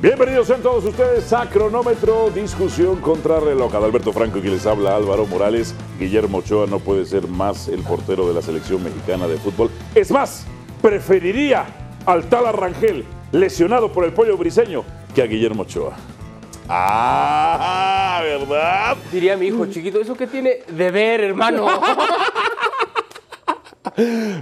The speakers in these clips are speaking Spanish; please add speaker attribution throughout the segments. Speaker 1: Bienvenidos sean todos ustedes a Cronómetro, discusión contra reloj. Alberto Franco, que les habla Álvaro Morales. Guillermo Ochoa no puede ser más el portero de la selección mexicana de fútbol. Es más, preferiría al tal Arrangel, lesionado por el pollo briseño, que a Guillermo Ochoa. Ah, ¿verdad?
Speaker 2: Diría mi hijo chiquito, ¿eso qué tiene de ver, hermano?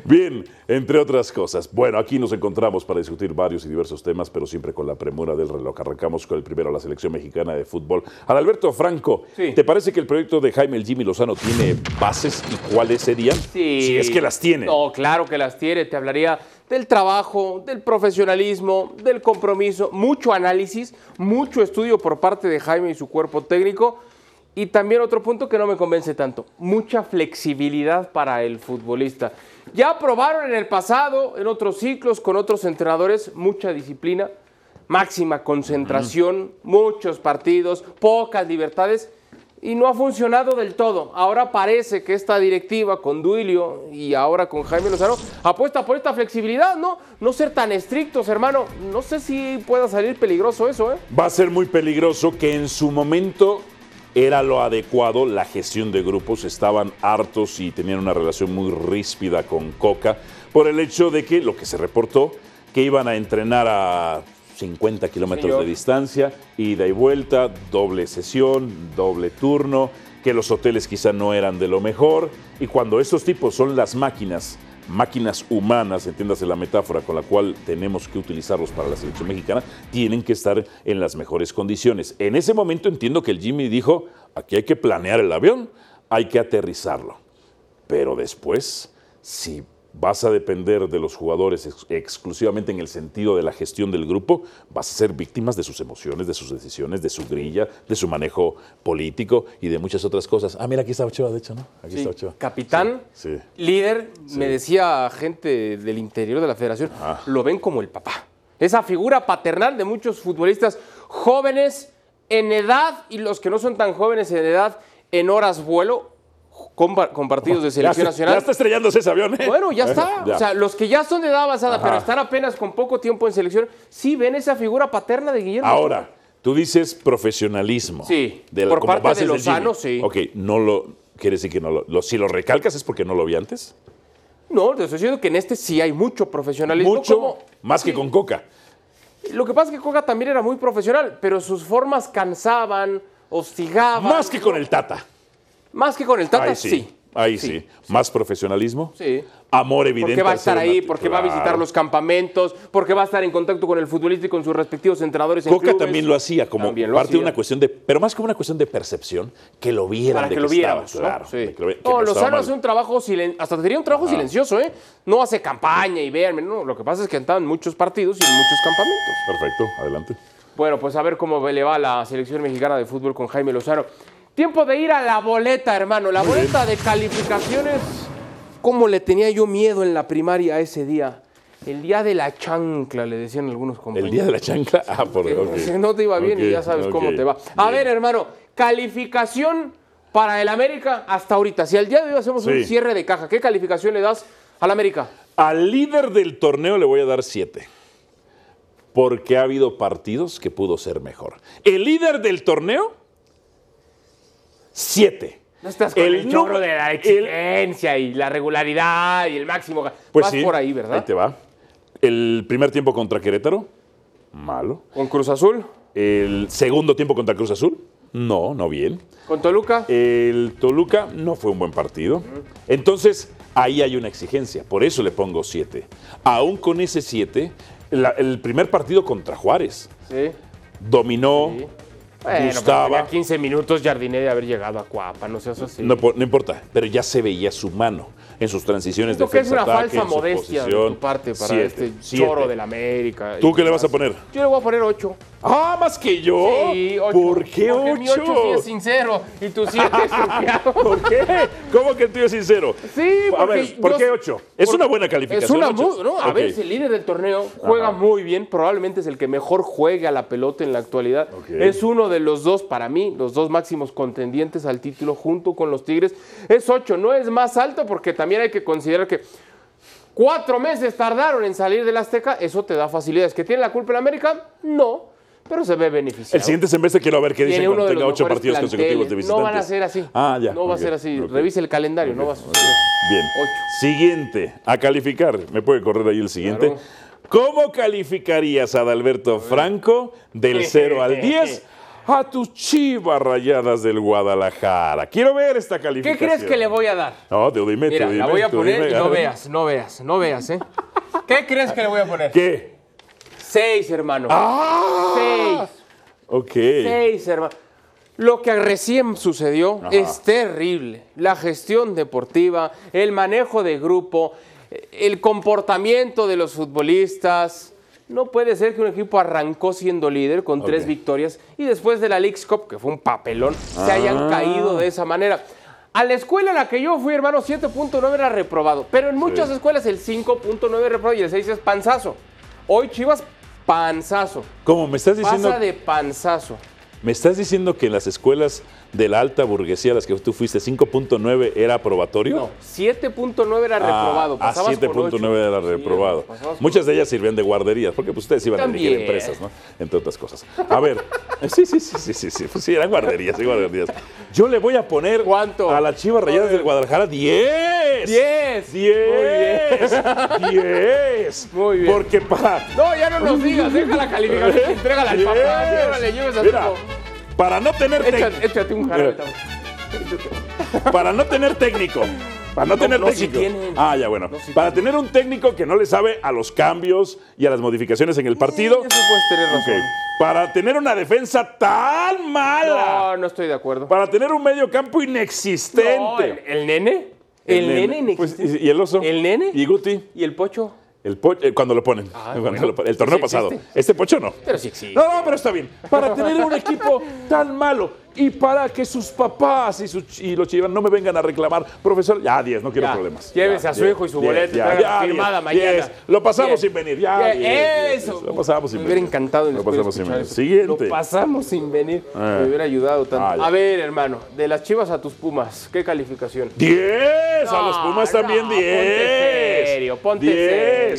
Speaker 1: Bien, entre otras cosas. Bueno, aquí nos encontramos para discutir varios y diversos temas, pero siempre con la premura del reloj. Arrancamos con el primero, la selección mexicana de fútbol. Alberto Franco,
Speaker 2: Sí.
Speaker 1: ¿te parece que el proyecto de Jaime el Jimmy Lozano tiene bases y cuáles serían? Si es que las tiene.
Speaker 2: No, claro que las tiene. Te hablaría del trabajo, del profesionalismo, del compromiso, mucho análisis, mucho estudio por parte de Jaime y su cuerpo técnico. Y también otro punto que no me convence tanto, mucha flexibilidad para el futbolista. Ya probaron en el pasado, en otros ciclos, con otros entrenadores, mucha disciplina, máxima concentración, muchos partidos, pocas libertades y no ha funcionado del todo. Ahora parece que esta directiva con Duilio y ahora con Jaime Lozano apuesta por esta flexibilidad, ¿no? No ser tan estrictos, hermano. No sé si pueda salir peligroso eso, ¿eh?
Speaker 1: Va a ser muy peligroso que en su momento era lo adecuado, la gestión de grupos, estaban hartos y tenían una relación muy ríspida con Coca por el hecho de que lo que se reportó, que iban a entrenar a 50 kilómetros de
Speaker 2: Señor.
Speaker 1: distancia, ida y vuelta, doble sesión, doble turno, que los hoteles quizá no eran de lo mejor y cuando estos tipos son las máquinas máquinas humanas, entiéndase la metáfora con la cual tenemos que utilizarlos para la selección mexicana, tienen que estar en las mejores condiciones. En ese momento entiendo que el Jimmy dijo, aquí hay que planear el avión, hay que aterrizarlo. Pero después, si vas a depender de los jugadores ex- exclusivamente en el sentido de la gestión del grupo, vas a ser víctimas de sus emociones, de sus decisiones, de su grilla, de su manejo político y de muchas otras cosas. Ah, mira, aquí está Ochoa, de hecho, ¿no? Aquí está Ochoa.
Speaker 2: Capitán,
Speaker 1: Sí, sí. Ah.
Speaker 2: líder, me decía gente del interior de la federación,
Speaker 1: Ajá.
Speaker 2: lo ven como el papá. Esa figura paternal de muchos futbolistas jóvenes en edad y los que no son tan jóvenes en edad en horas vuelo compa- con partidos de selección
Speaker 1: ya, está-
Speaker 2: nacional.
Speaker 1: ya está estrellándose ese avión, ¿eh?
Speaker 2: Bueno, ya está.
Speaker 1: Ya.
Speaker 2: O sea, los que ya son de edad avanzada,
Speaker 1: Ajá.
Speaker 2: pero están apenas con poco tiempo en selección, sí ven esa figura paterna de Guillermo.
Speaker 1: Ahora, tú dices profesionalismo.
Speaker 2: Sí,
Speaker 1: De la-
Speaker 2: por
Speaker 1: como
Speaker 2: parte de
Speaker 1: bases del
Speaker 2: Lozano,
Speaker 1: Jimmy.
Speaker 2: sí.
Speaker 1: Ok, no lo. Quiere decir que no lo, lo- Si lo recalcas es porque no lo vi antes.
Speaker 2: No, te estoy diciendo que en este sí hay mucho profesionalismo.
Speaker 1: Mucho
Speaker 2: como-
Speaker 1: más que
Speaker 2: Sí.
Speaker 1: con Coca.
Speaker 2: Lo que pasa es que Coca también era muy profesional, pero sus formas cansaban, hostigaban.
Speaker 1: Más que con el Tata.
Speaker 2: Más que con el Tata,
Speaker 1: Ahí
Speaker 2: sí.
Speaker 1: sí. Ahí sí. Más profesionalismo.
Speaker 2: Sí.
Speaker 1: Amor evidente.
Speaker 2: Porque va a
Speaker 1: al ser
Speaker 2: estar ahí,
Speaker 1: nati-
Speaker 2: porque va a visitar
Speaker 1: Claro.
Speaker 2: los campamentos, porque va a estar en contacto con el futbolista y con sus respectivos entrenadores. en
Speaker 1: Coca
Speaker 2: clubes.
Speaker 1: también lo hacía como
Speaker 2: También lo
Speaker 1: parte de
Speaker 2: hacía.
Speaker 1: una cuestión de, pero más como una cuestión de percepción, que lo vieran
Speaker 2: para
Speaker 1: de
Speaker 2: que lo
Speaker 1: estaba,
Speaker 2: viéramos. ¿no?
Speaker 1: claro,
Speaker 2: Sí.
Speaker 1: de que lo vi- que
Speaker 2: No,
Speaker 1: no estaba
Speaker 2: Lozano
Speaker 1: mal.
Speaker 2: hace un trabajo silencioso, hasta diría un trabajo silencioso, ¿eh? No hace campaña y véanme, no, lo que pasa es que andaban en muchos partidos y en muchos campamentos.
Speaker 1: Perfecto, adelante.
Speaker 2: Bueno, pues a ver cómo le va a la selección mexicana de fútbol con Jaime Lozano. Tiempo de ir a la boleta, hermano, la boleta de calificaciones. ¿Cómo le tenía yo miedo en la primaria ese día? El día de la chancla, le decían algunos compañeros.
Speaker 1: El día de la chancla. Ah, por
Speaker 2: Que,
Speaker 1: ok.
Speaker 2: si no te iba bien
Speaker 1: Ok,
Speaker 2: y ya sabes cómo
Speaker 1: ok.
Speaker 2: te va. A
Speaker 1: Bien.
Speaker 2: ver, hermano, calificación para el América hasta ahorita. Si al día de hoy hacemos un
Speaker 1: Sí.
Speaker 2: cierre de caja, ¿qué calificación le das al América?
Speaker 1: Al líder del torneo le voy a dar 7. Porque ha habido partidos que pudo ser mejor. El líder del torneo, 7.
Speaker 2: No estás con el, chorro
Speaker 1: número-
Speaker 2: de la
Speaker 1: el-
Speaker 2: exigencia y la regularidad y el máximo. ga-
Speaker 1: Pues
Speaker 2: Vas
Speaker 1: sí,
Speaker 2: por ahí, ¿verdad?
Speaker 1: Ahí te va. El primer tiempo contra Querétaro, malo.
Speaker 2: Con Cruz Azul,
Speaker 1: El segundo tiempo contra Cruz Azul, no, no bien.
Speaker 2: con Toluca.
Speaker 1: Eh, El Toluca no fue un buen partido. Entonces, ahí hay una exigencia. Por eso le pongo 7. Aún con ese 7, el primer partido contra Juárez
Speaker 2: sí.
Speaker 1: dominó,
Speaker 2: Sí. Bueno,
Speaker 1: Gustaba.
Speaker 2: pero tenía 15 minutos jardiné de haber llegado a Cuapa, no seas así.
Speaker 1: No, po- no importa, pero ya se veía su mano en sus transiciones de
Speaker 2: Siento que es una falsa modestia de tu parte para este choro de la América. y
Speaker 1: ¿Tú qué le
Speaker 2: demás.
Speaker 1: vas a poner?
Speaker 2: Yo le voy a poner 8.
Speaker 1: Ah, más que yo.
Speaker 2: Sí, 8.
Speaker 1: ¿Por qué
Speaker 2: Porque mi 8 sí es
Speaker 1: ocho?
Speaker 2: sincero y tu 7 es confiado.
Speaker 1: ¿Por qué? ¿Cómo que el tuyo es sincero?
Speaker 2: Sí,
Speaker 1: A
Speaker 2: porque
Speaker 1: ver, ¿por
Speaker 2: yo-
Speaker 1: qué ocho? Es
Speaker 2: porque-
Speaker 1: una buena calificación.
Speaker 2: Es una
Speaker 1: ocho.
Speaker 2: muy, no, a
Speaker 1: Ok.
Speaker 2: ver, es el líder del torneo, juega muy bien, probablemente es el que mejor juega la pelota en la actualidad.
Speaker 1: Ok.
Speaker 2: Es uno de los dos, para mí, los dos máximos contendientes al título junto con los Tigres. Es 8, no es más alto porque también hay que considerar que cuatro meses tardaron en salir del Azteca, eso te da facilidades. ¿Que tiene la culpa el América? No, pero se ve beneficiado.
Speaker 1: El siguiente semestre quiero ver qué dicen
Speaker 2: tiene
Speaker 1: cuando
Speaker 2: uno de
Speaker 1: tenga
Speaker 2: los
Speaker 1: ocho
Speaker 2: mejores
Speaker 1: partidos consecutivos de
Speaker 2: planteles.
Speaker 1: visitantes.
Speaker 2: No van a ser así.
Speaker 1: Ah, ya.
Speaker 2: No va
Speaker 1: ok,
Speaker 2: a ser así.
Speaker 1: ok.
Speaker 2: Revise el calendario, no
Speaker 1: Ok,
Speaker 2: va a suceder.
Speaker 1: Bien.
Speaker 2: Ocho.
Speaker 1: Siguiente, a calificar. ¿Me puede correr ahí el siguiente?
Speaker 2: Claro.
Speaker 1: ¿Cómo calificarías a Adalberto Franco del 0 al 10 a tus chivas rayadas del Guadalajara? Quiero ver esta
Speaker 2: ¿Qué
Speaker 1: calificación.
Speaker 2: crees que le voy a dar?
Speaker 1: No, te dime, te
Speaker 2: Mira,
Speaker 1: dime,
Speaker 2: la voy a
Speaker 1: te
Speaker 2: poner
Speaker 1: dime.
Speaker 2: y no veas, no veas, no veas, ¿eh? ¿Qué crees que le voy a poner?
Speaker 1: ¿Qué?
Speaker 2: Seis, hermano.
Speaker 1: ¡Ah!
Speaker 2: Seis.
Speaker 1: Ok.
Speaker 2: Seis, hermano. Lo que recién sucedió es terrible. La gestión deportiva, el manejo de grupo, eh, el comportamiento de los futbolistas. No puede ser que un equipo arrancó siendo líder con tres
Speaker 1: Ok.
Speaker 2: victorias y después de la League's Cup, que fue un papelón, se
Speaker 1: Ah.
Speaker 2: hayan caído de esa manera. A la escuela a la que yo fui, hermano, 7.9 era reprobado. Pero en muchas
Speaker 1: Sí.
Speaker 2: escuelas el 5.9 es reprobado y el 6 es panzazo. Hoy Chivas, panzazo.
Speaker 1: ¿Cómo me estás diciendo?
Speaker 2: Pasa de panzazo.
Speaker 1: ¿Me estás diciendo que en las escuelas de la alta burguesía a las que tú fuiste 5.9 era aprobatorio?
Speaker 2: No, 7.9 era
Speaker 1: Ah,
Speaker 2: reprobado.
Speaker 1: a
Speaker 2: pasabas por
Speaker 1: 7.9
Speaker 2: ocho.
Speaker 1: era
Speaker 2: Sí,
Speaker 1: reprobado.
Speaker 2: pasabas por
Speaker 1: Muchas de ellas sirvían de guarderías, porque pues, ustedes iban a dirigir
Speaker 2: También.
Speaker 1: empresas, ¿no? Entre otras cosas. A ver, eh, sí, sí, sí, sí, sí, sí, pues, sí, eran guarderías, sí, guarderías. Yo le voy a poner
Speaker 2: ¿Cuánto?
Speaker 1: a las Chivas Rayadas del Guadalajara 10.
Speaker 2: 10.
Speaker 1: 10. 10.
Speaker 2: Muy bien.
Speaker 1: Porque para
Speaker 2: No, ya no nos digas, deja la calificación, entrégala al papá,
Speaker 1: Yes.
Speaker 2: llévale, llévese a tu
Speaker 1: ¿Eh? Mira,
Speaker 2: papá.
Speaker 1: para no tener
Speaker 2: Échate,
Speaker 1: técnico.
Speaker 2: échate un jarabe.
Speaker 1: Mira.
Speaker 2: Tavo.
Speaker 1: Para no tener técnico. Para no,
Speaker 2: No,
Speaker 1: tener
Speaker 2: no, sí
Speaker 1: técnico.
Speaker 2: tienen.
Speaker 1: ah, ya bueno.
Speaker 2: No, sí
Speaker 1: para tener un técnico que no le sabe a los cambios y a las modificaciones en el partido.
Speaker 2: Sí, eso puedes tener razón.
Speaker 1: Ok. Para tener una defensa tan mala.
Speaker 2: No, no estoy de acuerdo.
Speaker 1: Para tener un medio campo inexistente.
Speaker 2: No, el, el nene?
Speaker 1: El
Speaker 2: ¿El, nene,
Speaker 1: nene. Pues,
Speaker 2: inexistente.
Speaker 1: ¿Y y el oso?
Speaker 2: ¿El nene?
Speaker 1: ¿Y Guti?
Speaker 2: ¿Y el pocho?
Speaker 1: El po- eh, cuando lo ponen.
Speaker 2: Ah,
Speaker 1: Cuando
Speaker 2: bueno.
Speaker 1: lo ponen. El torneo
Speaker 2: Sí
Speaker 1: pasado.
Speaker 2: existe.
Speaker 1: Este pocho no.
Speaker 2: Pero sí existe.
Speaker 1: No, no, pero está bien. Para tener un equipo tan malo y para que sus papás y, sus, y los chivas no me vengan a reclamar, profesor, ya 10, no quiero
Speaker 2: Ya,
Speaker 1: problemas.
Speaker 2: llévese
Speaker 1: Ya,
Speaker 2: a su
Speaker 1: 10,
Speaker 2: hijo y su
Speaker 1: 10,
Speaker 2: boleto y
Speaker 1: ya,
Speaker 2: tráigalo
Speaker 1: ya,
Speaker 2: firmada
Speaker 1: 10,
Speaker 2: mañana.
Speaker 1: 10. Lo pasamos
Speaker 2: Bien.
Speaker 1: sin venir, ya.
Speaker 2: Ya,
Speaker 1: 10, 10,
Speaker 2: eso.
Speaker 1: Lo pasamos sin
Speaker 2: me
Speaker 1: venir.
Speaker 2: hubiera encantado en
Speaker 1: Lo
Speaker 2: la escuela
Speaker 1: pasamos sin
Speaker 2: escuchar
Speaker 1: venir.
Speaker 2: eso.
Speaker 1: Siguiente.
Speaker 2: Lo pasamos sin venir.
Speaker 1: Ah.
Speaker 2: Me hubiera ayudado
Speaker 1: Ah,
Speaker 2: tanto.
Speaker 1: ya.
Speaker 2: a ver, hermano, de las chivas a tus pumas, ¿qué calificación?
Speaker 1: 10, a los
Speaker 2: No,
Speaker 1: Pumas
Speaker 2: no,
Speaker 1: también 10.
Speaker 2: ponte serio, ponte
Speaker 1: 10,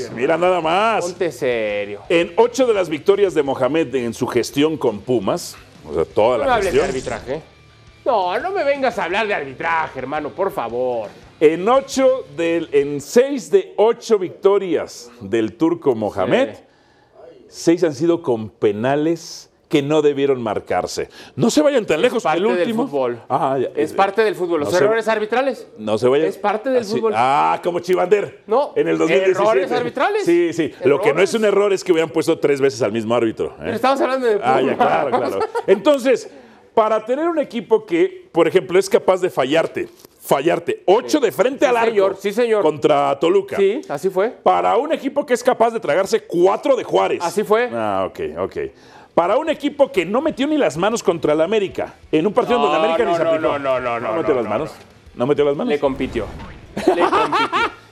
Speaker 2: serio.
Speaker 1: mira nada más.
Speaker 2: Ponte serio.
Speaker 1: En ocho de las victorias de Mohamed en su gestión con Pumas, o sea, toda
Speaker 2: No
Speaker 1: la
Speaker 2: me hables de
Speaker 1: gestión.
Speaker 2: arbitraje. No, no me vengas a hablar de arbitraje, hermano, por favor.
Speaker 1: En ocho del, en seis de ocho victorias del turco Mohamed,
Speaker 2: Sí.
Speaker 1: seis han sido con penales que no debieron marcarse. No se vayan tan lejos.
Speaker 2: parte
Speaker 1: el
Speaker 2: del
Speaker 1: último
Speaker 2: fútbol.
Speaker 1: Ah, ya,
Speaker 2: Es
Speaker 1: eh,
Speaker 2: parte del fútbol. Los
Speaker 1: no se-
Speaker 2: errores arbitrales.
Speaker 1: No se vayan.
Speaker 2: Es parte del
Speaker 1: así-
Speaker 2: fútbol.
Speaker 1: Ah, como Chivander.
Speaker 2: No,
Speaker 1: En el 2017.
Speaker 2: errores arbitrales.
Speaker 1: Sí, sí. Lo que no es
Speaker 2: Errores.
Speaker 1: un error es que hubieran puesto tres veces al mismo árbitro. ¿eh?
Speaker 2: Pero estamos hablando de
Speaker 1: Ah, ya,
Speaker 2: Pumas.
Speaker 1: claro, claro. Entonces, para tener un equipo que, por ejemplo, es capaz de fallarte, fallarte, ocho de frente al arco.
Speaker 2: señor, sí, señor.
Speaker 1: Contra Toluca.
Speaker 2: Sí, así fue.
Speaker 1: Para un equipo que es capaz de tragarse cuatro de Juárez.
Speaker 2: Así fue.
Speaker 1: Ah, ok, ok. Para un equipo que no metió ni las manos contra el América. En un partido
Speaker 2: No,
Speaker 1: donde el América ni
Speaker 2: no,
Speaker 1: se
Speaker 2: no,
Speaker 1: aplicó.
Speaker 2: no, no, no,
Speaker 1: ¿No
Speaker 2: no,
Speaker 1: metió
Speaker 2: no,
Speaker 1: las
Speaker 2: no,
Speaker 1: manos? ¿No metió las manos?
Speaker 2: Le compitió. Le compitió.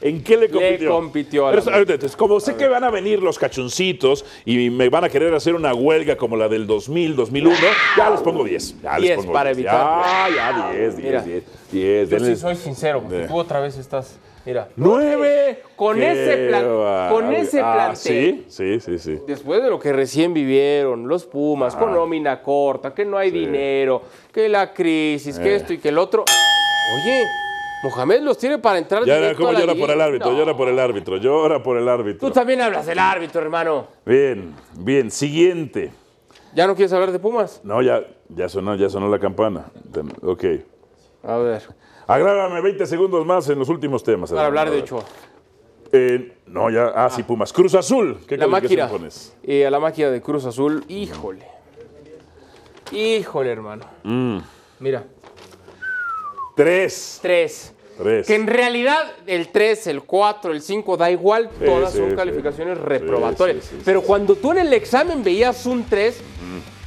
Speaker 1: ¿En qué le compitió?
Speaker 2: compitió a la
Speaker 1: Pero,
Speaker 2: América.
Speaker 1: ahorita, entonces, como sé que van a venir los cachuncitos y me van a querer hacer una huelga como la del 2000, 2001, ya les pongo 10. Ya les
Speaker 2: 10
Speaker 1: pongo
Speaker 2: para
Speaker 1: 10. Ya,
Speaker 2: evitarlo.
Speaker 1: ya, 10, 10,
Speaker 2: Mira.
Speaker 1: 10. 10
Speaker 2: Yo sí
Speaker 1: denles-
Speaker 2: soy sincero, porque
Speaker 1: Eh.
Speaker 2: tú otra vez estás. Mira.
Speaker 1: ¡Nueve!
Speaker 2: Con
Speaker 1: Qué
Speaker 2: ese plan-
Speaker 1: barbaridad.
Speaker 2: con ese
Speaker 1: Ah,
Speaker 2: plantel.
Speaker 1: Sí, sí, sí, sí.
Speaker 2: Después de lo que recién vivieron los Pumas,
Speaker 1: Ah.
Speaker 2: con nómina corta, que no hay dinero, que la crisis,
Speaker 1: Eh.
Speaker 2: que esto y que el otro. Oye, Mohamed los tiene para entrar
Speaker 1: Ya,
Speaker 2: directo
Speaker 1: ¿Cómo
Speaker 2: a la
Speaker 1: llora por el
Speaker 2: liguilla?
Speaker 1: árbitro?
Speaker 2: No.
Speaker 1: Llora por el árbitro, llora por el árbitro.
Speaker 2: Tú también hablas del árbitro, hermano.
Speaker 1: Bien, bien. Siguiente.
Speaker 2: ¿Ya no quieres hablar de Pumas?
Speaker 1: No, ya, ya sonó, ya sonó la campana. Ten- Ok.
Speaker 2: A ver,
Speaker 1: Agrávame 20 segundos más en los últimos temas.
Speaker 2: para
Speaker 1: hermano.
Speaker 2: hablar
Speaker 1: A
Speaker 2: de
Speaker 1: ver.
Speaker 2: Ochoa.
Speaker 1: Eh, no, ya. Ah, sí, Pumas. Cruz Azul. ¿Qué
Speaker 2: La
Speaker 1: calificación
Speaker 2: máquina.
Speaker 1: pones?
Speaker 2: eh, a la máquina de Cruz Azul, híjole. Híjole, hermano.
Speaker 1: Mm.
Speaker 2: Mira,
Speaker 1: Tres.
Speaker 2: tres.
Speaker 1: Tres.
Speaker 2: Que en realidad el 3, el 4, el 5 da igual,
Speaker 1: Sí,
Speaker 2: todas
Speaker 1: sí,
Speaker 2: son
Speaker 1: sí.
Speaker 2: calificaciones
Speaker 1: Sí,
Speaker 2: reprobatorias.
Speaker 1: sí, sí,
Speaker 2: Pero
Speaker 1: sí. Mm.
Speaker 2: cuando tú en el examen veías un 3,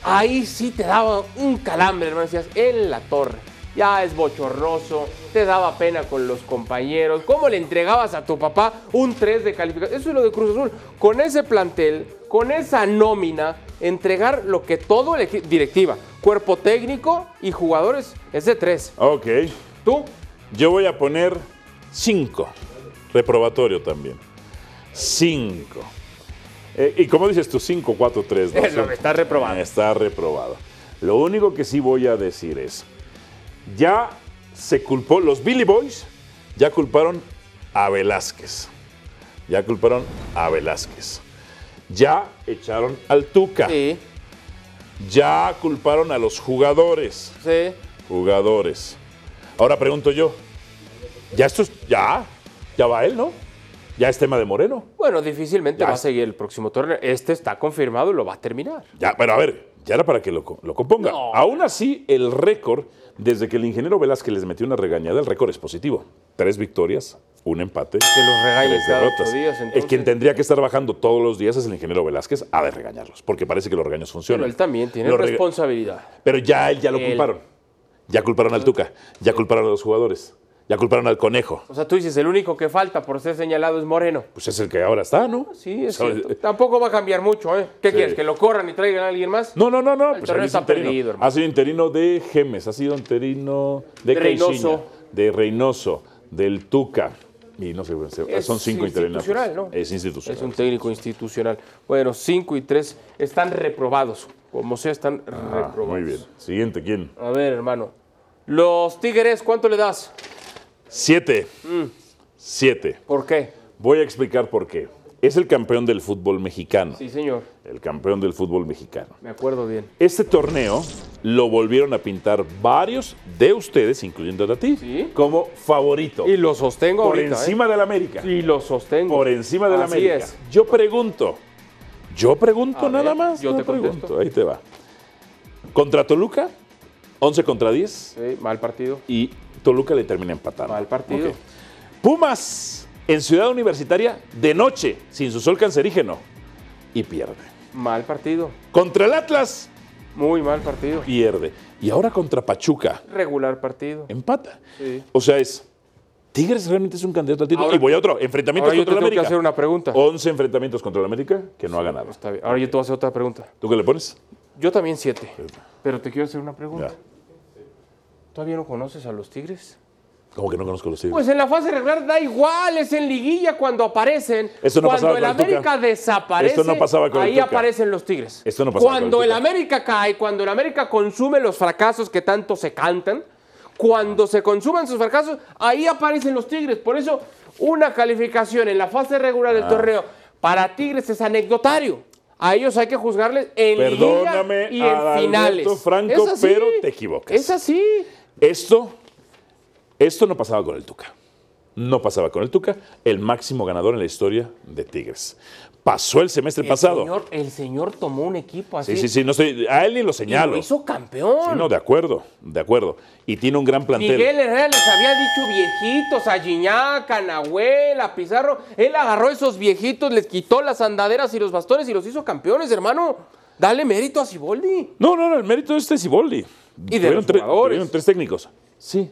Speaker 2: ahí sí te daba un calambre, hermano. Decías, en la torre. Ya es bochorroso, te daba pena con los compañeros. ¿Cómo le entregabas a tu papá un 3 de calificación? Eso es lo de Cruz Azul. Con ese plantel, con esa nómina, entregar lo que todo el equi- directiva, cuerpo técnico y jugadores es de 3.
Speaker 1: Ok.
Speaker 2: ¿Tú?
Speaker 1: Yo voy a poner cinco. Reprobatorio también. Cinco. Eh, y como dices tú, cinco, cuatro, tres. ¿no?
Speaker 2: Es lo que está reprobado.
Speaker 1: Está reprobado. Lo único que sí voy a decir es, ya se culpó, los Billy Boys ya culparon a Velázquez. Ya culparon a Velázquez. Ya echaron al Tuca.
Speaker 2: Sí,
Speaker 1: Ya culparon a los jugadores.
Speaker 2: sí.
Speaker 1: Jugadores. Ahora pregunto yo. Ya esto es. Ya. Ya va él, ¿no? Ya es tema de Moreno.
Speaker 2: Bueno, difícilmente
Speaker 1: Ya.
Speaker 2: va a seguir el próximo torneo. Este está confirmado y lo va a terminar.
Speaker 1: Ya, pero a ver, ya era para que lo, co- lo componga.
Speaker 2: No.
Speaker 1: Aún así, el récord, desde que el ingeniero Velázquez les metió una regañada, el récord es positivo. Tres victorias, un empate.
Speaker 2: Que los regañe
Speaker 1: tres
Speaker 2: cada ocho
Speaker 1: derrotas.
Speaker 2: días,
Speaker 1: El
Speaker 2: entonces.
Speaker 1: quien tendría que estar bajando todos los días es el ingeniero Velázquez, ha de regañarlos, porque parece que los regaños funcionan.
Speaker 2: Pero él también tiene
Speaker 1: Los rega-
Speaker 2: responsabilidad.
Speaker 1: Pero ya él ya lo
Speaker 2: Él.
Speaker 1: culparon. Ya culparon al Tuca, ya culparon a los jugadores, ya culparon al Conejo.
Speaker 2: O sea, tú dices, el único que falta por ser señalado es Moreno.
Speaker 1: Pues es el que ahora está, ¿no?
Speaker 2: Sí, es
Speaker 1: ¿Sabes?
Speaker 2: cierto. Tampoco va a cambiar mucho, ¿eh? ¿Qué
Speaker 1: Sí.
Speaker 2: quieres? ¿Que lo corran y traigan a alguien más?
Speaker 1: No, no, no, no. pues
Speaker 2: torneo
Speaker 1: ahí es
Speaker 2: está
Speaker 1: interino.
Speaker 2: perdido, hermano.
Speaker 1: Ha sido interino de Gemes, ha sido interino de,
Speaker 2: De Reynoso.
Speaker 1: Caixinha, de Reynoso, del Tuca. Y no sé, se-
Speaker 2: Es
Speaker 1: son cinco interinos.
Speaker 2: institucional, ¿no?
Speaker 1: Es institucional.
Speaker 2: Es un técnico institucional. Bueno, 5 y 3 están reprobados. Como sea, están
Speaker 1: Ah,
Speaker 2: reprobados.
Speaker 1: muy bien. Siguiente, ¿quién?
Speaker 2: A ver, hermano. Los Tigres, ¿cuánto le das?
Speaker 1: Siete.
Speaker 2: Mm.
Speaker 1: Siete.
Speaker 2: ¿Por qué?
Speaker 1: Voy a explicar por qué. Es el campeón del fútbol mexicano.
Speaker 2: Sí, señor.
Speaker 1: El campeón del fútbol mexicano.
Speaker 2: Me acuerdo bien.
Speaker 1: Este torneo lo volvieron a pintar varios de ustedes, incluyendo a ti,
Speaker 2: Sí.
Speaker 1: como favorito.
Speaker 2: Y lo sostengo
Speaker 1: por
Speaker 2: ahorita, ¿eh?
Speaker 1: encima del América.
Speaker 2: Y lo sostengo.
Speaker 1: por encima de la
Speaker 2: Así
Speaker 1: América.
Speaker 2: es.
Speaker 1: Yo pregunto, yo pregunto
Speaker 2: A
Speaker 1: nada
Speaker 2: ver,
Speaker 1: más.
Speaker 2: yo
Speaker 1: no
Speaker 2: te
Speaker 1: pregunto,
Speaker 2: contesto.
Speaker 1: ahí te va. Contra Toluca, 11 contra 10
Speaker 2: Sí, mal partido.
Speaker 1: y Toluca le termina empatando.
Speaker 2: Mal partido.
Speaker 1: Ok. Pumas en Ciudad Universitaria de noche, sin su sol cancerígeno y pierde.
Speaker 2: Mal partido.
Speaker 1: Contra el Atlas,
Speaker 2: Muy mal partido.
Speaker 1: pierde. Y ahora contra Pachuca,
Speaker 2: Regular partido.
Speaker 1: empata.
Speaker 2: Sí.
Speaker 1: O sea, es Tigres realmente es un candidato al título.
Speaker 2: Ahora-
Speaker 1: y voy a otro, enfrentamientos
Speaker 2: Ahora yo te
Speaker 1: contra el
Speaker 2: tengo que
Speaker 1: América. Oh.
Speaker 2: hacer una pregunta.
Speaker 1: 11 enfrentamientos contra el América que no ha ganado.
Speaker 2: Está bien. Ahora yo te voy a hacer otra pregunta.
Speaker 1: ¿Tú qué le pones?
Speaker 2: Yo también siete. Pero te quiero hacer una pregunta.
Speaker 1: Ya.
Speaker 2: ¿Todavía no conoces a los Tigres?
Speaker 1: Como que no conozco los Tigres.
Speaker 2: Pues en la fase regular da igual, es en liguilla cuando aparecen.
Speaker 1: Eso no
Speaker 2: cuando
Speaker 1: pasaba
Speaker 2: el
Speaker 1: con el Tuca.
Speaker 2: América desaparece,
Speaker 1: Esto no pasaba con el
Speaker 2: ahí
Speaker 1: Tuca.
Speaker 2: aparecen los Tigres.
Speaker 1: Esto no pasaba con el
Speaker 2: cuando el,
Speaker 1: Tuca.
Speaker 2: América cae, cuando el América consume los fracasos que tanto se cantan, cuando se consuman sus fracasos, ahí aparecen los Tigres. Por eso, una calificación en la fase regular
Speaker 1: Ah.
Speaker 2: del torneo para Tigres es anecdotario. A ellos hay que juzgarles en
Speaker 1: Perdóname,
Speaker 2: liguilla y en
Speaker 1: Adalberto
Speaker 2: finales.
Speaker 1: Franco,
Speaker 2: Es así.
Speaker 1: pero te equivocas.
Speaker 2: Es así.
Speaker 1: Esto, esto no pasaba con el Tuca. No pasaba con el Tuca, el máximo ganador en la historia de Tigres. Pasó el semestre
Speaker 2: El
Speaker 1: pasado.
Speaker 2: señor, el señor tomó un equipo así.
Speaker 1: sí, sí, sí, no estoy, a él ni lo
Speaker 2: Y
Speaker 1: señalo.
Speaker 2: lo hizo campeón.
Speaker 1: Sí, no, de acuerdo, de acuerdo. Y tiene un gran plantel.
Speaker 2: Miguel Herrera les había dicho viejitos a Giñac, a Nahuel, a Pizarro. Él agarró esos viejitos, les quitó las andaderas y los bastones y los hizo campeones, hermano. Dale mérito a Ciboldi.
Speaker 1: No, no, no, el mérito es de Siboldi.
Speaker 2: de los
Speaker 1: tres,
Speaker 2: jugadores.
Speaker 1: tuvieron tres técnicos. Sí,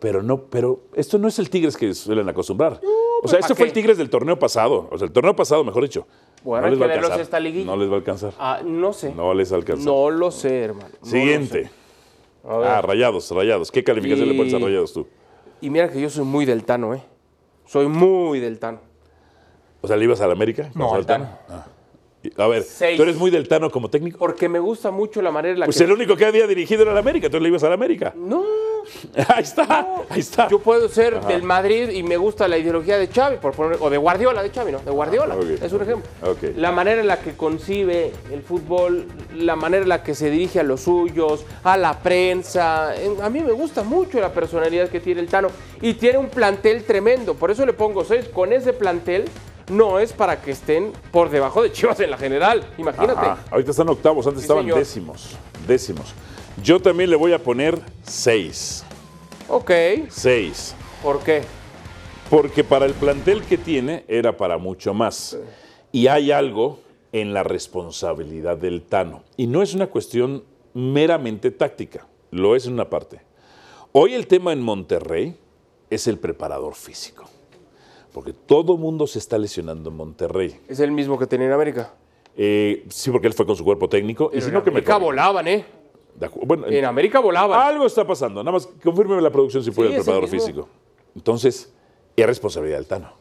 Speaker 1: pero no, pero esto no es el Tigres que suelen acostumbrar. o sea,
Speaker 2: ¿pa'
Speaker 1: este fue
Speaker 2: qué?
Speaker 1: el Tigres del torneo pasado. O sea, el torneo pasado, mejor dicho.
Speaker 2: Bueno, hay
Speaker 1: les va
Speaker 2: que
Speaker 1: a
Speaker 2: verlos
Speaker 1: alcanzar.
Speaker 2: esta liguilla.
Speaker 1: No les va a alcanzar.
Speaker 2: Ah, no sé.
Speaker 1: No les alcanzó.
Speaker 2: No lo sé, hermano. No lo
Speaker 1: Siguiente.
Speaker 2: sé. A ver.
Speaker 1: Ah, rayados, rayados. ¿Qué calificación
Speaker 2: Y-
Speaker 1: le pones a rayados tú?
Speaker 2: Y mira que yo soy muy del Tano, ¿eh? Soy muy del Tano.
Speaker 1: O sea, ¿le ibas al América?
Speaker 2: No,
Speaker 1: ¿Al
Speaker 2: al Tano.
Speaker 1: Ah. Y- A ver,
Speaker 2: Seis.
Speaker 1: ¿tú eres muy del Tano como técnico?
Speaker 2: Porque me gusta mucho la manera en la
Speaker 1: Pues
Speaker 2: que.
Speaker 1: el único que había dirigido era el América, entonces le ibas al América.
Speaker 2: No,
Speaker 1: ahí está, ahí está.
Speaker 2: yo puedo ser del Madrid y me gusta la ideología de Xavi, por poner, o de Guardiola, de Xavi, no, de Guardiola,
Speaker 1: Ah, ok,
Speaker 2: es un
Speaker 1: ok,
Speaker 2: ejemplo.
Speaker 1: ok.
Speaker 2: La manera en la que concibe el fútbol, la manera en la que se dirige a los suyos, a la prensa, en- a mí me gusta mucho la personalidad que tiene el Tano y tiene un plantel tremendo, por eso le pongo 6, con ese plantel no es para que estén por debajo de Chivas en la general, imagínate.
Speaker 1: Ajá. Ahorita están octavos, antes
Speaker 2: Sí,
Speaker 1: estaban
Speaker 2: señor.
Speaker 1: décimos. décimos. Yo también le voy a poner 6.
Speaker 2: Ok,
Speaker 1: 6.
Speaker 2: ¿por qué?
Speaker 1: Porque para el plantel que tiene era para mucho más. Y hay algo en la responsabilidad del Tano. Y no es una cuestión meramente táctica, lo es en una parte. Hoy el tema en Monterrey es el preparador físico. Porque todo mundo se está lesionando en Monterrey.
Speaker 2: Es el mismo que tenía en América.
Speaker 1: Eh, sí, porque él fue con su cuerpo técnico. Y
Speaker 2: Pero
Speaker 1: si
Speaker 2: en
Speaker 1: no, que me
Speaker 2: América
Speaker 1: corrijan.
Speaker 2: volaban, ¿eh?
Speaker 1: De acu- bueno,
Speaker 2: En América volaban.
Speaker 1: algo está pasando. Nada más, confírmeme la producción si fue
Speaker 2: Ah,
Speaker 1: el
Speaker 2: Sí, es el
Speaker 1: preparador
Speaker 2: mismo.
Speaker 1: físico. Entonces, es responsabilidad del Tano.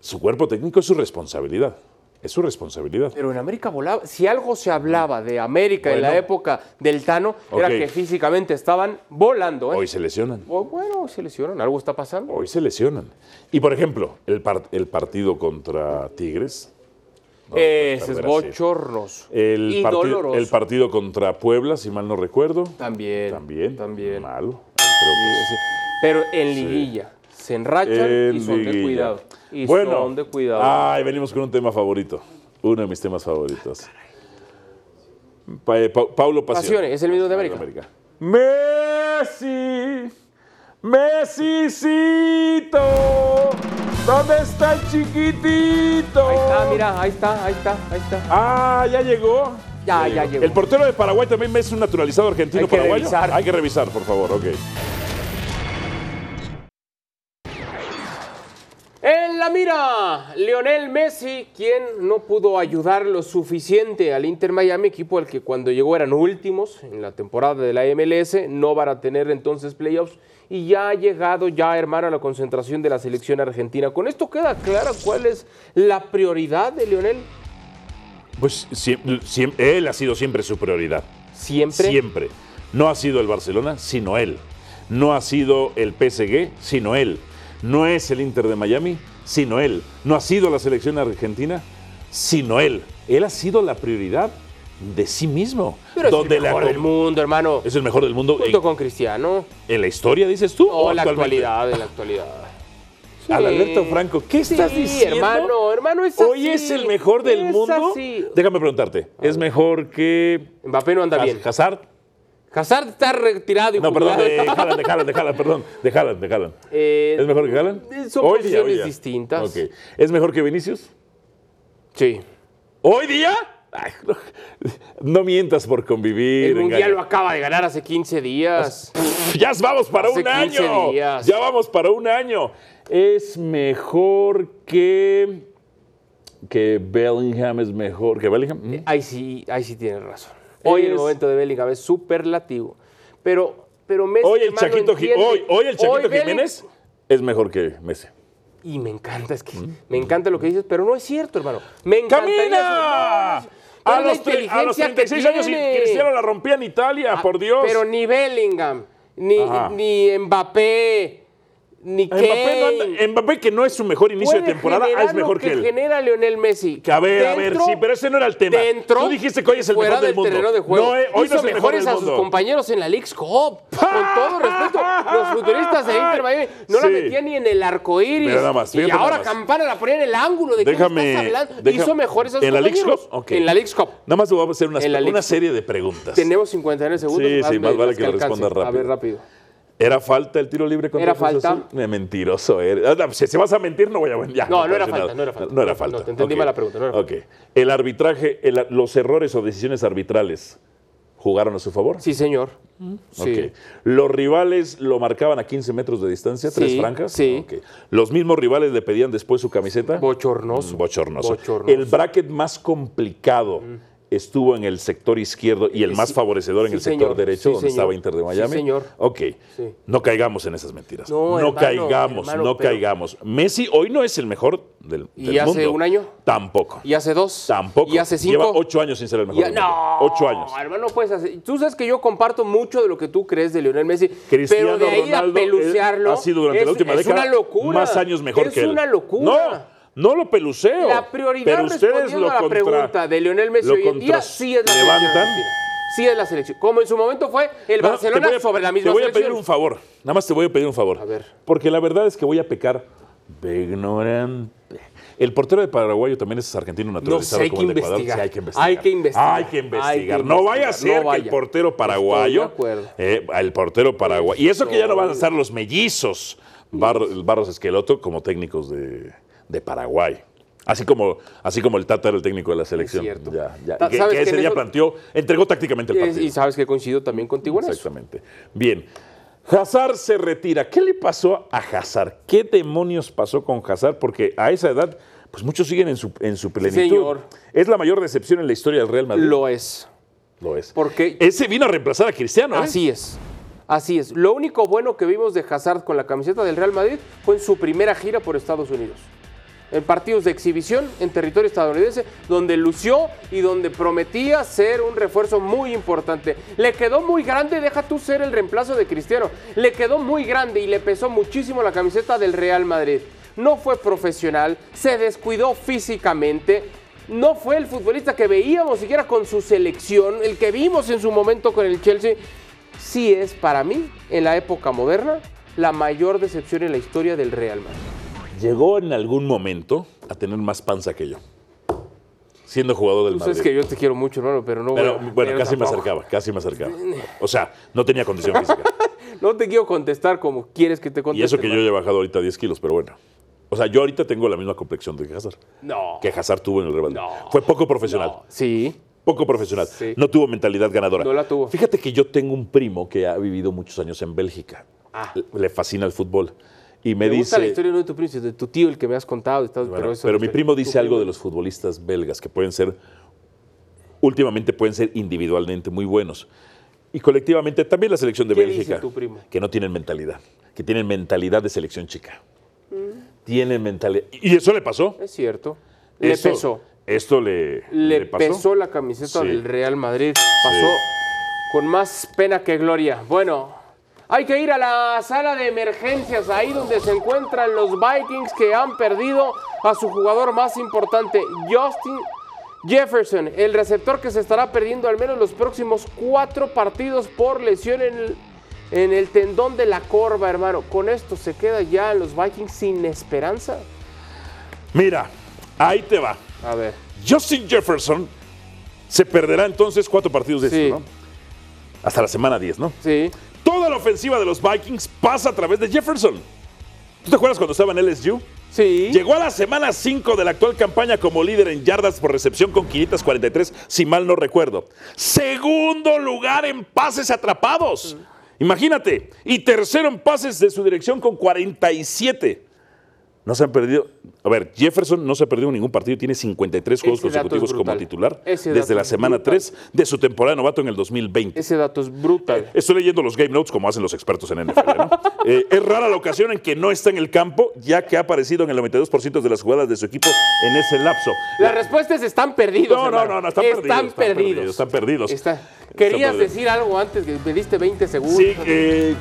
Speaker 1: Su cuerpo técnico es su responsabilidad. Es su responsabilidad.
Speaker 2: Pero en América volaba. Si algo se hablaba de América en la
Speaker 1: Bueno.
Speaker 2: época del Tano, era
Speaker 1: Ok.
Speaker 2: que físicamente estaban volando. ¿eh?
Speaker 1: Hoy se lesionan.
Speaker 2: O- Bueno, se lesionan, algo está pasando.
Speaker 1: Hoy se lesionan. Y, por ejemplo, el, par- el partido contra Tigres. No,
Speaker 2: Eh, Ese es
Speaker 1: pero era así.
Speaker 2: bochornos.
Speaker 1: El,
Speaker 2: y
Speaker 1: parti-
Speaker 2: doloroso.
Speaker 1: el partido contra Puebla, si mal no recuerdo.
Speaker 2: también.
Speaker 1: También.
Speaker 2: También.
Speaker 1: Malo.
Speaker 2: Sí, sí. Pero en liguilla. Se enrachan y
Speaker 1: En
Speaker 2: son de
Speaker 1: liguilla. Ah.
Speaker 2: cuidado. Y son de cuidado.
Speaker 1: Ay, venimos con un tema favorito. Uno de mis temas favoritos. Pa- eh, Pa- Paulo Pasiones.
Speaker 2: Pasiones, es el mismo de América.
Speaker 1: Messi. Mesicito. ¿Dónde está el chiquitito?
Speaker 2: Ahí está, mira, ahí está, ahí está, ahí está.
Speaker 1: Ah, ya llegó.
Speaker 2: Ya, ya llegó.
Speaker 1: El portero de Paraguay también es un naturalizado argentino
Speaker 2: Hay que
Speaker 1: paraguayo.
Speaker 2: revisar.
Speaker 1: Hay que revisar, por favor, ok.
Speaker 2: En la mira, Lionel Messi, quien no pudo ayudar lo suficiente al Inter Miami, equipo al que cuando llegó eran últimos en la temporada de la MLS, no van a tener entonces playoffs y ya ha llegado ya, hermano, a la concentración de la selección argentina. Con esto queda clara cuál es la prioridad de Lionel.
Speaker 1: Pues siem- siem- él ha sido siempre su prioridad.
Speaker 2: Siempre.
Speaker 1: Siempre. No ha sido el Barcelona, sino él. No ha sido el PSG, sino él. No es el Inter de Miami, sino él. No ha sido la selección argentina, sino él. Él ha sido la prioridad de sí mismo.
Speaker 2: Pero es
Speaker 1: Donde
Speaker 2: el
Speaker 1: le
Speaker 2: mejor
Speaker 1: acom-
Speaker 2: del mundo, hermano.
Speaker 1: Es el mejor del mundo en,
Speaker 2: Junto con Cristiano.
Speaker 1: en la historia, dices tú.
Speaker 2: O la
Speaker 1: actualmente?
Speaker 2: actualidad, en la actualidad.
Speaker 1: Al
Speaker 2: Sí.
Speaker 1: Alberto Franco, ¿qué estás
Speaker 2: Sí,
Speaker 1: diciendo?
Speaker 2: hermano, hermano, es
Speaker 1: Hoy
Speaker 2: así,
Speaker 1: es el mejor del
Speaker 2: es
Speaker 1: mundo.
Speaker 2: así.
Speaker 1: Déjame preguntarte, ¿es mejor que
Speaker 2: Mbappé no anda
Speaker 1: Haz-
Speaker 2: bien.
Speaker 1: Hazard?
Speaker 2: Hazard está retirado y
Speaker 1: No, perdón,
Speaker 2: jubilado.
Speaker 1: de Haaland, de Haaland, de Haaland, perdón, de Haaland, de Haaland.
Speaker 2: Eh,
Speaker 1: ¿Es mejor que Haaland?
Speaker 2: son posiciones distintas.
Speaker 1: Ok. ¿Es mejor que Vinicius?
Speaker 2: Sí.
Speaker 1: ¿Hoy día? Ay, no, no mientas por convivir.
Speaker 2: El Mundial
Speaker 1: engaña.
Speaker 2: lo acaba de ganar hace 15 días.
Speaker 1: Ya vamos para
Speaker 2: Hace
Speaker 1: un
Speaker 2: 15
Speaker 1: año.
Speaker 2: días.
Speaker 1: Ya vamos para un año. Es mejor que. Que Bellingham es mejor. ¿Que Bellingham? ¿Mm?
Speaker 2: Ahí sí, ahí sí tienes razón. Hoy el
Speaker 1: Es-
Speaker 2: momento de Bellingham es superlativo. Pero, pero Messi,
Speaker 1: Hoy el
Speaker 2: hermano,
Speaker 1: Chaquito, Ji-
Speaker 2: entiende.
Speaker 1: hoy, hoy el Chaquito
Speaker 2: Belling-
Speaker 1: Jiménez es mejor que Messi.
Speaker 2: Y me encanta, es que me encanta lo que dices, pero no es cierto, hermano. Me encantaría-
Speaker 1: Mm. ¡Camina!
Speaker 2: Pero
Speaker 1: Ah, A
Speaker 2: la
Speaker 1: los, tre- a los
Speaker 2: inteligencia que
Speaker 1: 36 años y
Speaker 2: tiene. Ah,
Speaker 1: Cristiano la rompía en Italia, por Dios.
Speaker 2: Pero ni Bellingham, ni,
Speaker 1: Ajá.
Speaker 2: ni Mbappé, ni
Speaker 1: Mbappé, no
Speaker 2: Kane.
Speaker 1: anda- Mbappé, que no es su mejor inicio de
Speaker 2: puede
Speaker 1: temporada, ah,
Speaker 2: generar
Speaker 1: es mejor
Speaker 2: lo que,
Speaker 1: que él.
Speaker 2: genera Lionel Messi.
Speaker 1: Que a ver, a ver,
Speaker 2: Dentro-
Speaker 1: sí, pero ese no era el tema.
Speaker 2: Dentro,
Speaker 1: Tú dijiste que hoy es el
Speaker 2: fuera
Speaker 1: mejor del, mundo.
Speaker 2: terreno de juego.
Speaker 1: No, eh, hoy
Speaker 2: Hizo
Speaker 1: no es el mejor
Speaker 2: mejores
Speaker 1: del
Speaker 2: a sus
Speaker 1: mundo.
Speaker 2: compañeros en la League's Cup. Con todo respeto, los futuristas de Inter Miami no la
Speaker 1: Sí.
Speaker 2: metían ni en el arco iris.
Speaker 1: Pero nada más,
Speaker 2: y
Speaker 1: fíjate
Speaker 2: ahora
Speaker 1: nada más.
Speaker 2: Campana la ponía en el ángulo. ¿De
Speaker 1: Déjame-
Speaker 2: qué me estás hablando?
Speaker 1: deja-
Speaker 2: Hizo mejores a sus
Speaker 1: ¿En la League's
Speaker 2: compañeros.
Speaker 1: Cup? Ok.
Speaker 2: En la League's Cup.
Speaker 1: Nada más te voy a hacer unas-
Speaker 2: En la
Speaker 1: una,
Speaker 2: League's-
Speaker 1: serie de preguntas.
Speaker 2: Tenemos 59 segundos.
Speaker 1: Sí, sí,
Speaker 2: hazme
Speaker 1: más vale
Speaker 2: las
Speaker 1: que lo
Speaker 2: alcancen.
Speaker 1: respondas
Speaker 2: A ver,
Speaker 1: rápido.
Speaker 2: rápido.
Speaker 1: ¿Era falta el tiro libre contra
Speaker 2: Era
Speaker 1: Cruz Azul?
Speaker 2: falta.
Speaker 1: Eh, Mentiroso eres. Ah, no, Si si vas a mentir, no voy a ya,
Speaker 2: No, no era
Speaker 1: parece
Speaker 2: falta,
Speaker 1: nada.
Speaker 2: no era falta.
Speaker 1: No era
Speaker 2: No,
Speaker 1: falta.
Speaker 2: te entendí
Speaker 1: Ok.
Speaker 2: mal la pregunta, no era
Speaker 1: Ok. El arbitraje, el- los errores o decisiones arbitrales, ¿jugaron a su favor?
Speaker 2: Sí, señor. Sí.
Speaker 1: Ok. Los rivales lo marcaban a 15 metros de distancia, tres
Speaker 2: Sí,
Speaker 1: franjas.
Speaker 2: sí.
Speaker 1: Ok. Los mismos rivales le pedían después su camiseta. Mm,
Speaker 2: Bochornoso.
Speaker 1: Bochornoso.
Speaker 2: Bochornoso. Mm.
Speaker 1: El bracket más complicado estuvo en el sector izquierdo y el más
Speaker 2: Eh, Sí,
Speaker 1: favorecedor en
Speaker 2: sí,
Speaker 1: el sector
Speaker 2: señor,
Speaker 1: derecho,
Speaker 2: sí,
Speaker 1: donde
Speaker 2: señor.
Speaker 1: estaba Inter de
Speaker 2: Sí,
Speaker 1: Miami.
Speaker 2: señor.
Speaker 1: Ok.
Speaker 2: Sí.
Speaker 1: No caigamos en esas mentiras.
Speaker 2: No, hermano,
Speaker 1: caigamos,
Speaker 2: hermano,
Speaker 1: no
Speaker 2: pero-
Speaker 1: caigamos. Messi hoy no es el mejor del,
Speaker 2: ¿Y
Speaker 1: del
Speaker 2: hace
Speaker 1: mundo.
Speaker 2: un año?
Speaker 1: Tampoco.
Speaker 2: Y hace dos.
Speaker 1: Tampoco.
Speaker 2: Y hace cinco.
Speaker 1: Lleva ocho años sin ser el mejor.
Speaker 2: Ya-
Speaker 1: del mundo.
Speaker 2: no,
Speaker 1: Ocho años.
Speaker 2: hermano, pues así. Tú sabes que yo comparto mucho de lo que tú crees de Lionel Messi,
Speaker 1: Cristiano
Speaker 2: pero de ahí
Speaker 1: Ronaldo
Speaker 2: a pelucearlo
Speaker 1: ha sido durante
Speaker 2: es,
Speaker 1: la última
Speaker 2: es
Speaker 1: década
Speaker 2: una locura.
Speaker 1: más años mejor
Speaker 2: es
Speaker 1: que él.
Speaker 2: una locura.
Speaker 1: No, no lo peluceo.
Speaker 2: La prioridad
Speaker 1: pero ustedes
Speaker 2: respondiendo
Speaker 1: lo
Speaker 2: a la
Speaker 1: contra-
Speaker 2: pregunta de Lionel Messi
Speaker 1: lo
Speaker 2: hoy en día
Speaker 1: contra-
Speaker 2: sí es la selección.
Speaker 1: levantan.
Speaker 2: argentina. Sí es la selección. Como en su momento fue el
Speaker 1: No,
Speaker 2: Barcelona
Speaker 1: te voy a-
Speaker 2: sobre la misma
Speaker 1: Te voy a
Speaker 2: selección.
Speaker 1: pedir un favor. Nada más te voy a pedir un favor.
Speaker 2: A ver.
Speaker 1: Porque la verdad es que voy a pecar de ignorante. El portero de paraguayo también es argentino naturalizado
Speaker 2: sé, hay
Speaker 1: como
Speaker 2: que
Speaker 1: el de Ecuador.
Speaker 2: investigar.
Speaker 1: Sí, hay que investigar.
Speaker 2: Hay que investigar.
Speaker 1: Hay que investigar.
Speaker 2: Hay que
Speaker 1: no vaya a
Speaker 2: investigar,
Speaker 1: ser
Speaker 2: no
Speaker 1: que el
Speaker 2: vaya.
Speaker 1: portero paraguayo.
Speaker 2: Estoy de acuerdo.
Speaker 1: eh, el portero paraguayo. Y eso que ya no van a estar los mellizos Bar- Barros Esqueloto como técnicos de, de Paraguay. Así como, así como el Tata era el técnico de la selección.
Speaker 2: cierto.
Speaker 1: Ya, ya.
Speaker 2: Ta-
Speaker 1: Que,
Speaker 2: ¿sabes
Speaker 1: que
Speaker 2: que
Speaker 1: ese
Speaker 2: en
Speaker 1: día
Speaker 2: eso-
Speaker 1: planteó, entregó tácticamente el
Speaker 2: Y-
Speaker 1: partido.
Speaker 2: Y sabes que coincido también contigo en eso.
Speaker 1: Exactamente. Bien. Hazard se retira. ¿Qué le pasó a Hazard? ¿Qué demonios pasó con Hazard? Porque a esa edad, pues muchos siguen en su, en su plenitud.
Speaker 2: señor.
Speaker 1: Es la mayor decepción en la historia del Real Madrid.
Speaker 2: Lo es.
Speaker 1: Lo es.
Speaker 2: Porque-
Speaker 1: Ese vino a reemplazar a Cristiano. ¿eh?
Speaker 2: Así es. Así es. Lo único bueno que vimos de Hazard con la camiseta del Real Madrid fue en su primera gira por Estados Unidos. En partidos de exhibición en territorio estadounidense, donde lució y donde prometía ser un refuerzo muy importante. Le quedó muy grande, deja tú ser el reemplazo de Cristiano. Le quedó muy grande y le pesó muchísimo la camiseta del Real Madrid. No fue profesional, se descuidó físicamente, no fue el futbolista que veíamos siquiera con su selección, el que vimos en su momento con el Chelsea, sí es para mí, en la época moderna, la mayor decepción en la historia del Real Madrid.
Speaker 1: Llegó en algún momento a tener más panza que yo. Siendo jugador del
Speaker 2: Tú
Speaker 1: Madrid.
Speaker 2: sabes Pues que yo te quiero mucho, hermano, pero no voy
Speaker 1: Pero
Speaker 2: a-
Speaker 1: bueno,
Speaker 2: pero
Speaker 1: casi me
Speaker 2: tampoco.
Speaker 1: acercaba, casi me acercaba. O sea, no tenía condición física.
Speaker 2: No te quiero contestar como quieres que te
Speaker 1: y
Speaker 2: conteste.
Speaker 1: eso que yo
Speaker 2: hermano.
Speaker 1: he bajado ahorita 10 kilos, pero bueno. O sea, yo ahorita tengo la misma complexión de Hazard.
Speaker 2: No.
Speaker 1: que Hazard tuvo en el Real Madrid.
Speaker 2: No.
Speaker 1: Fue poco profesional.
Speaker 2: Sí.
Speaker 1: Poco profesional.
Speaker 2: Sí.
Speaker 1: No tuvo mentalidad ganadora.
Speaker 2: No la tuvo.
Speaker 1: Fíjate que yo tengo un primo que ha vivido muchos años en Bélgica.
Speaker 2: Ah.
Speaker 1: Le fascina el fútbol. Y me,
Speaker 2: Me
Speaker 1: dice.
Speaker 2: gusta la historia no de tu príncipe, de tu tío, el que me has contado. y tal,
Speaker 1: Bueno,
Speaker 2: pero
Speaker 1: pero
Speaker 2: eso no
Speaker 1: mi
Speaker 2: sé.
Speaker 1: primo
Speaker 2: Tu
Speaker 1: dice algo
Speaker 2: primo.
Speaker 1: de los futbolistas belgas que pueden ser. Últimamente pueden ser individualmente muy buenos. Y colectivamente también la selección de
Speaker 2: ¿Qué dice
Speaker 1: Bélgica.
Speaker 2: tu primo?
Speaker 1: Que no tienen mentalidad. Que tienen mentalidad de selección chica. Tienen mentalidad. Y eso le pasó.
Speaker 2: Es cierto. Mm. Le
Speaker 1: Eso-
Speaker 2: pesó.
Speaker 1: Esto le,
Speaker 2: le
Speaker 1: pasó.
Speaker 2: pesó la camiseta
Speaker 1: Sí.
Speaker 2: del Real Madrid. Pasó con más pena que gloria. Bueno, hay que ir a la sala de emergencias, ahí donde se encuentran los Vikings que han perdido a su jugador más importante, Justin Jefferson, el receptor que se estará perdiendo al menos los próximos cuatro partidos por lesión en el, en el tendón de la corva, hermano. Con esto se queda ya los Vikings sin esperanza.
Speaker 1: Mira, ahí te va.
Speaker 2: A ver,
Speaker 1: Justin Jefferson se perderá entonces cuatro partidos de
Speaker 2: Sí.
Speaker 1: esto, ¿no? Hasta la semana 10, ¿no?
Speaker 2: sí.
Speaker 1: Toda la ofensiva de los Vikings pasa a través de Jefferson. ¿Tú te acuerdas cuando estaba en LSU?
Speaker 2: Sí.
Speaker 1: Llegó a la semana 5 de la actual campaña como líder en yardas por recepción con 543, si mal no recuerdo. Segundo lugar en pases atrapados.
Speaker 2: Mm.
Speaker 1: Imagínate. Y tercero en pases de su dirección con 47. No se han perdido. A ver, Jefferson no se ha perdido ningún partido. Tiene 53 juegos
Speaker 2: Ese dato es
Speaker 1: consecutivos como
Speaker 2: brutal.
Speaker 1: titular
Speaker 2: Ese dato
Speaker 1: desde la
Speaker 2: es
Speaker 1: semana
Speaker 2: brutal.
Speaker 1: 3 de su temporada de novato en el 2020.
Speaker 2: Ese dato es brutal.
Speaker 1: Estoy leyendo los game notes como hacen los expertos en NFL. ¿no? Eh, es rara la ocasión en que no está en el campo, ya que ha aparecido en el 92% de las jugadas de su equipo en ese lapso.
Speaker 2: Las respuestas están perdidos.
Speaker 1: No, no,
Speaker 2: hermano.
Speaker 1: no, no, están perdidos, están perdidos, están perdidos.
Speaker 2: Está-
Speaker 1: Están
Speaker 2: Querías
Speaker 1: perdidos.
Speaker 2: decir algo antes que me diste 20 segundos.
Speaker 1: Sí, eh,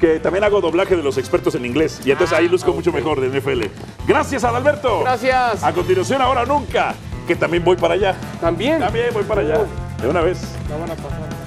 Speaker 1: que también hago doblaje de los expertos en inglés. Y entonces ahí luzco mucho mejor de NFL. Gracias, Adalberto.
Speaker 2: Gracias.
Speaker 1: A continuación, ahora nunca, que también voy para allá.
Speaker 2: También.
Speaker 1: También voy para allá. De una vez.
Speaker 2: La van a pasar.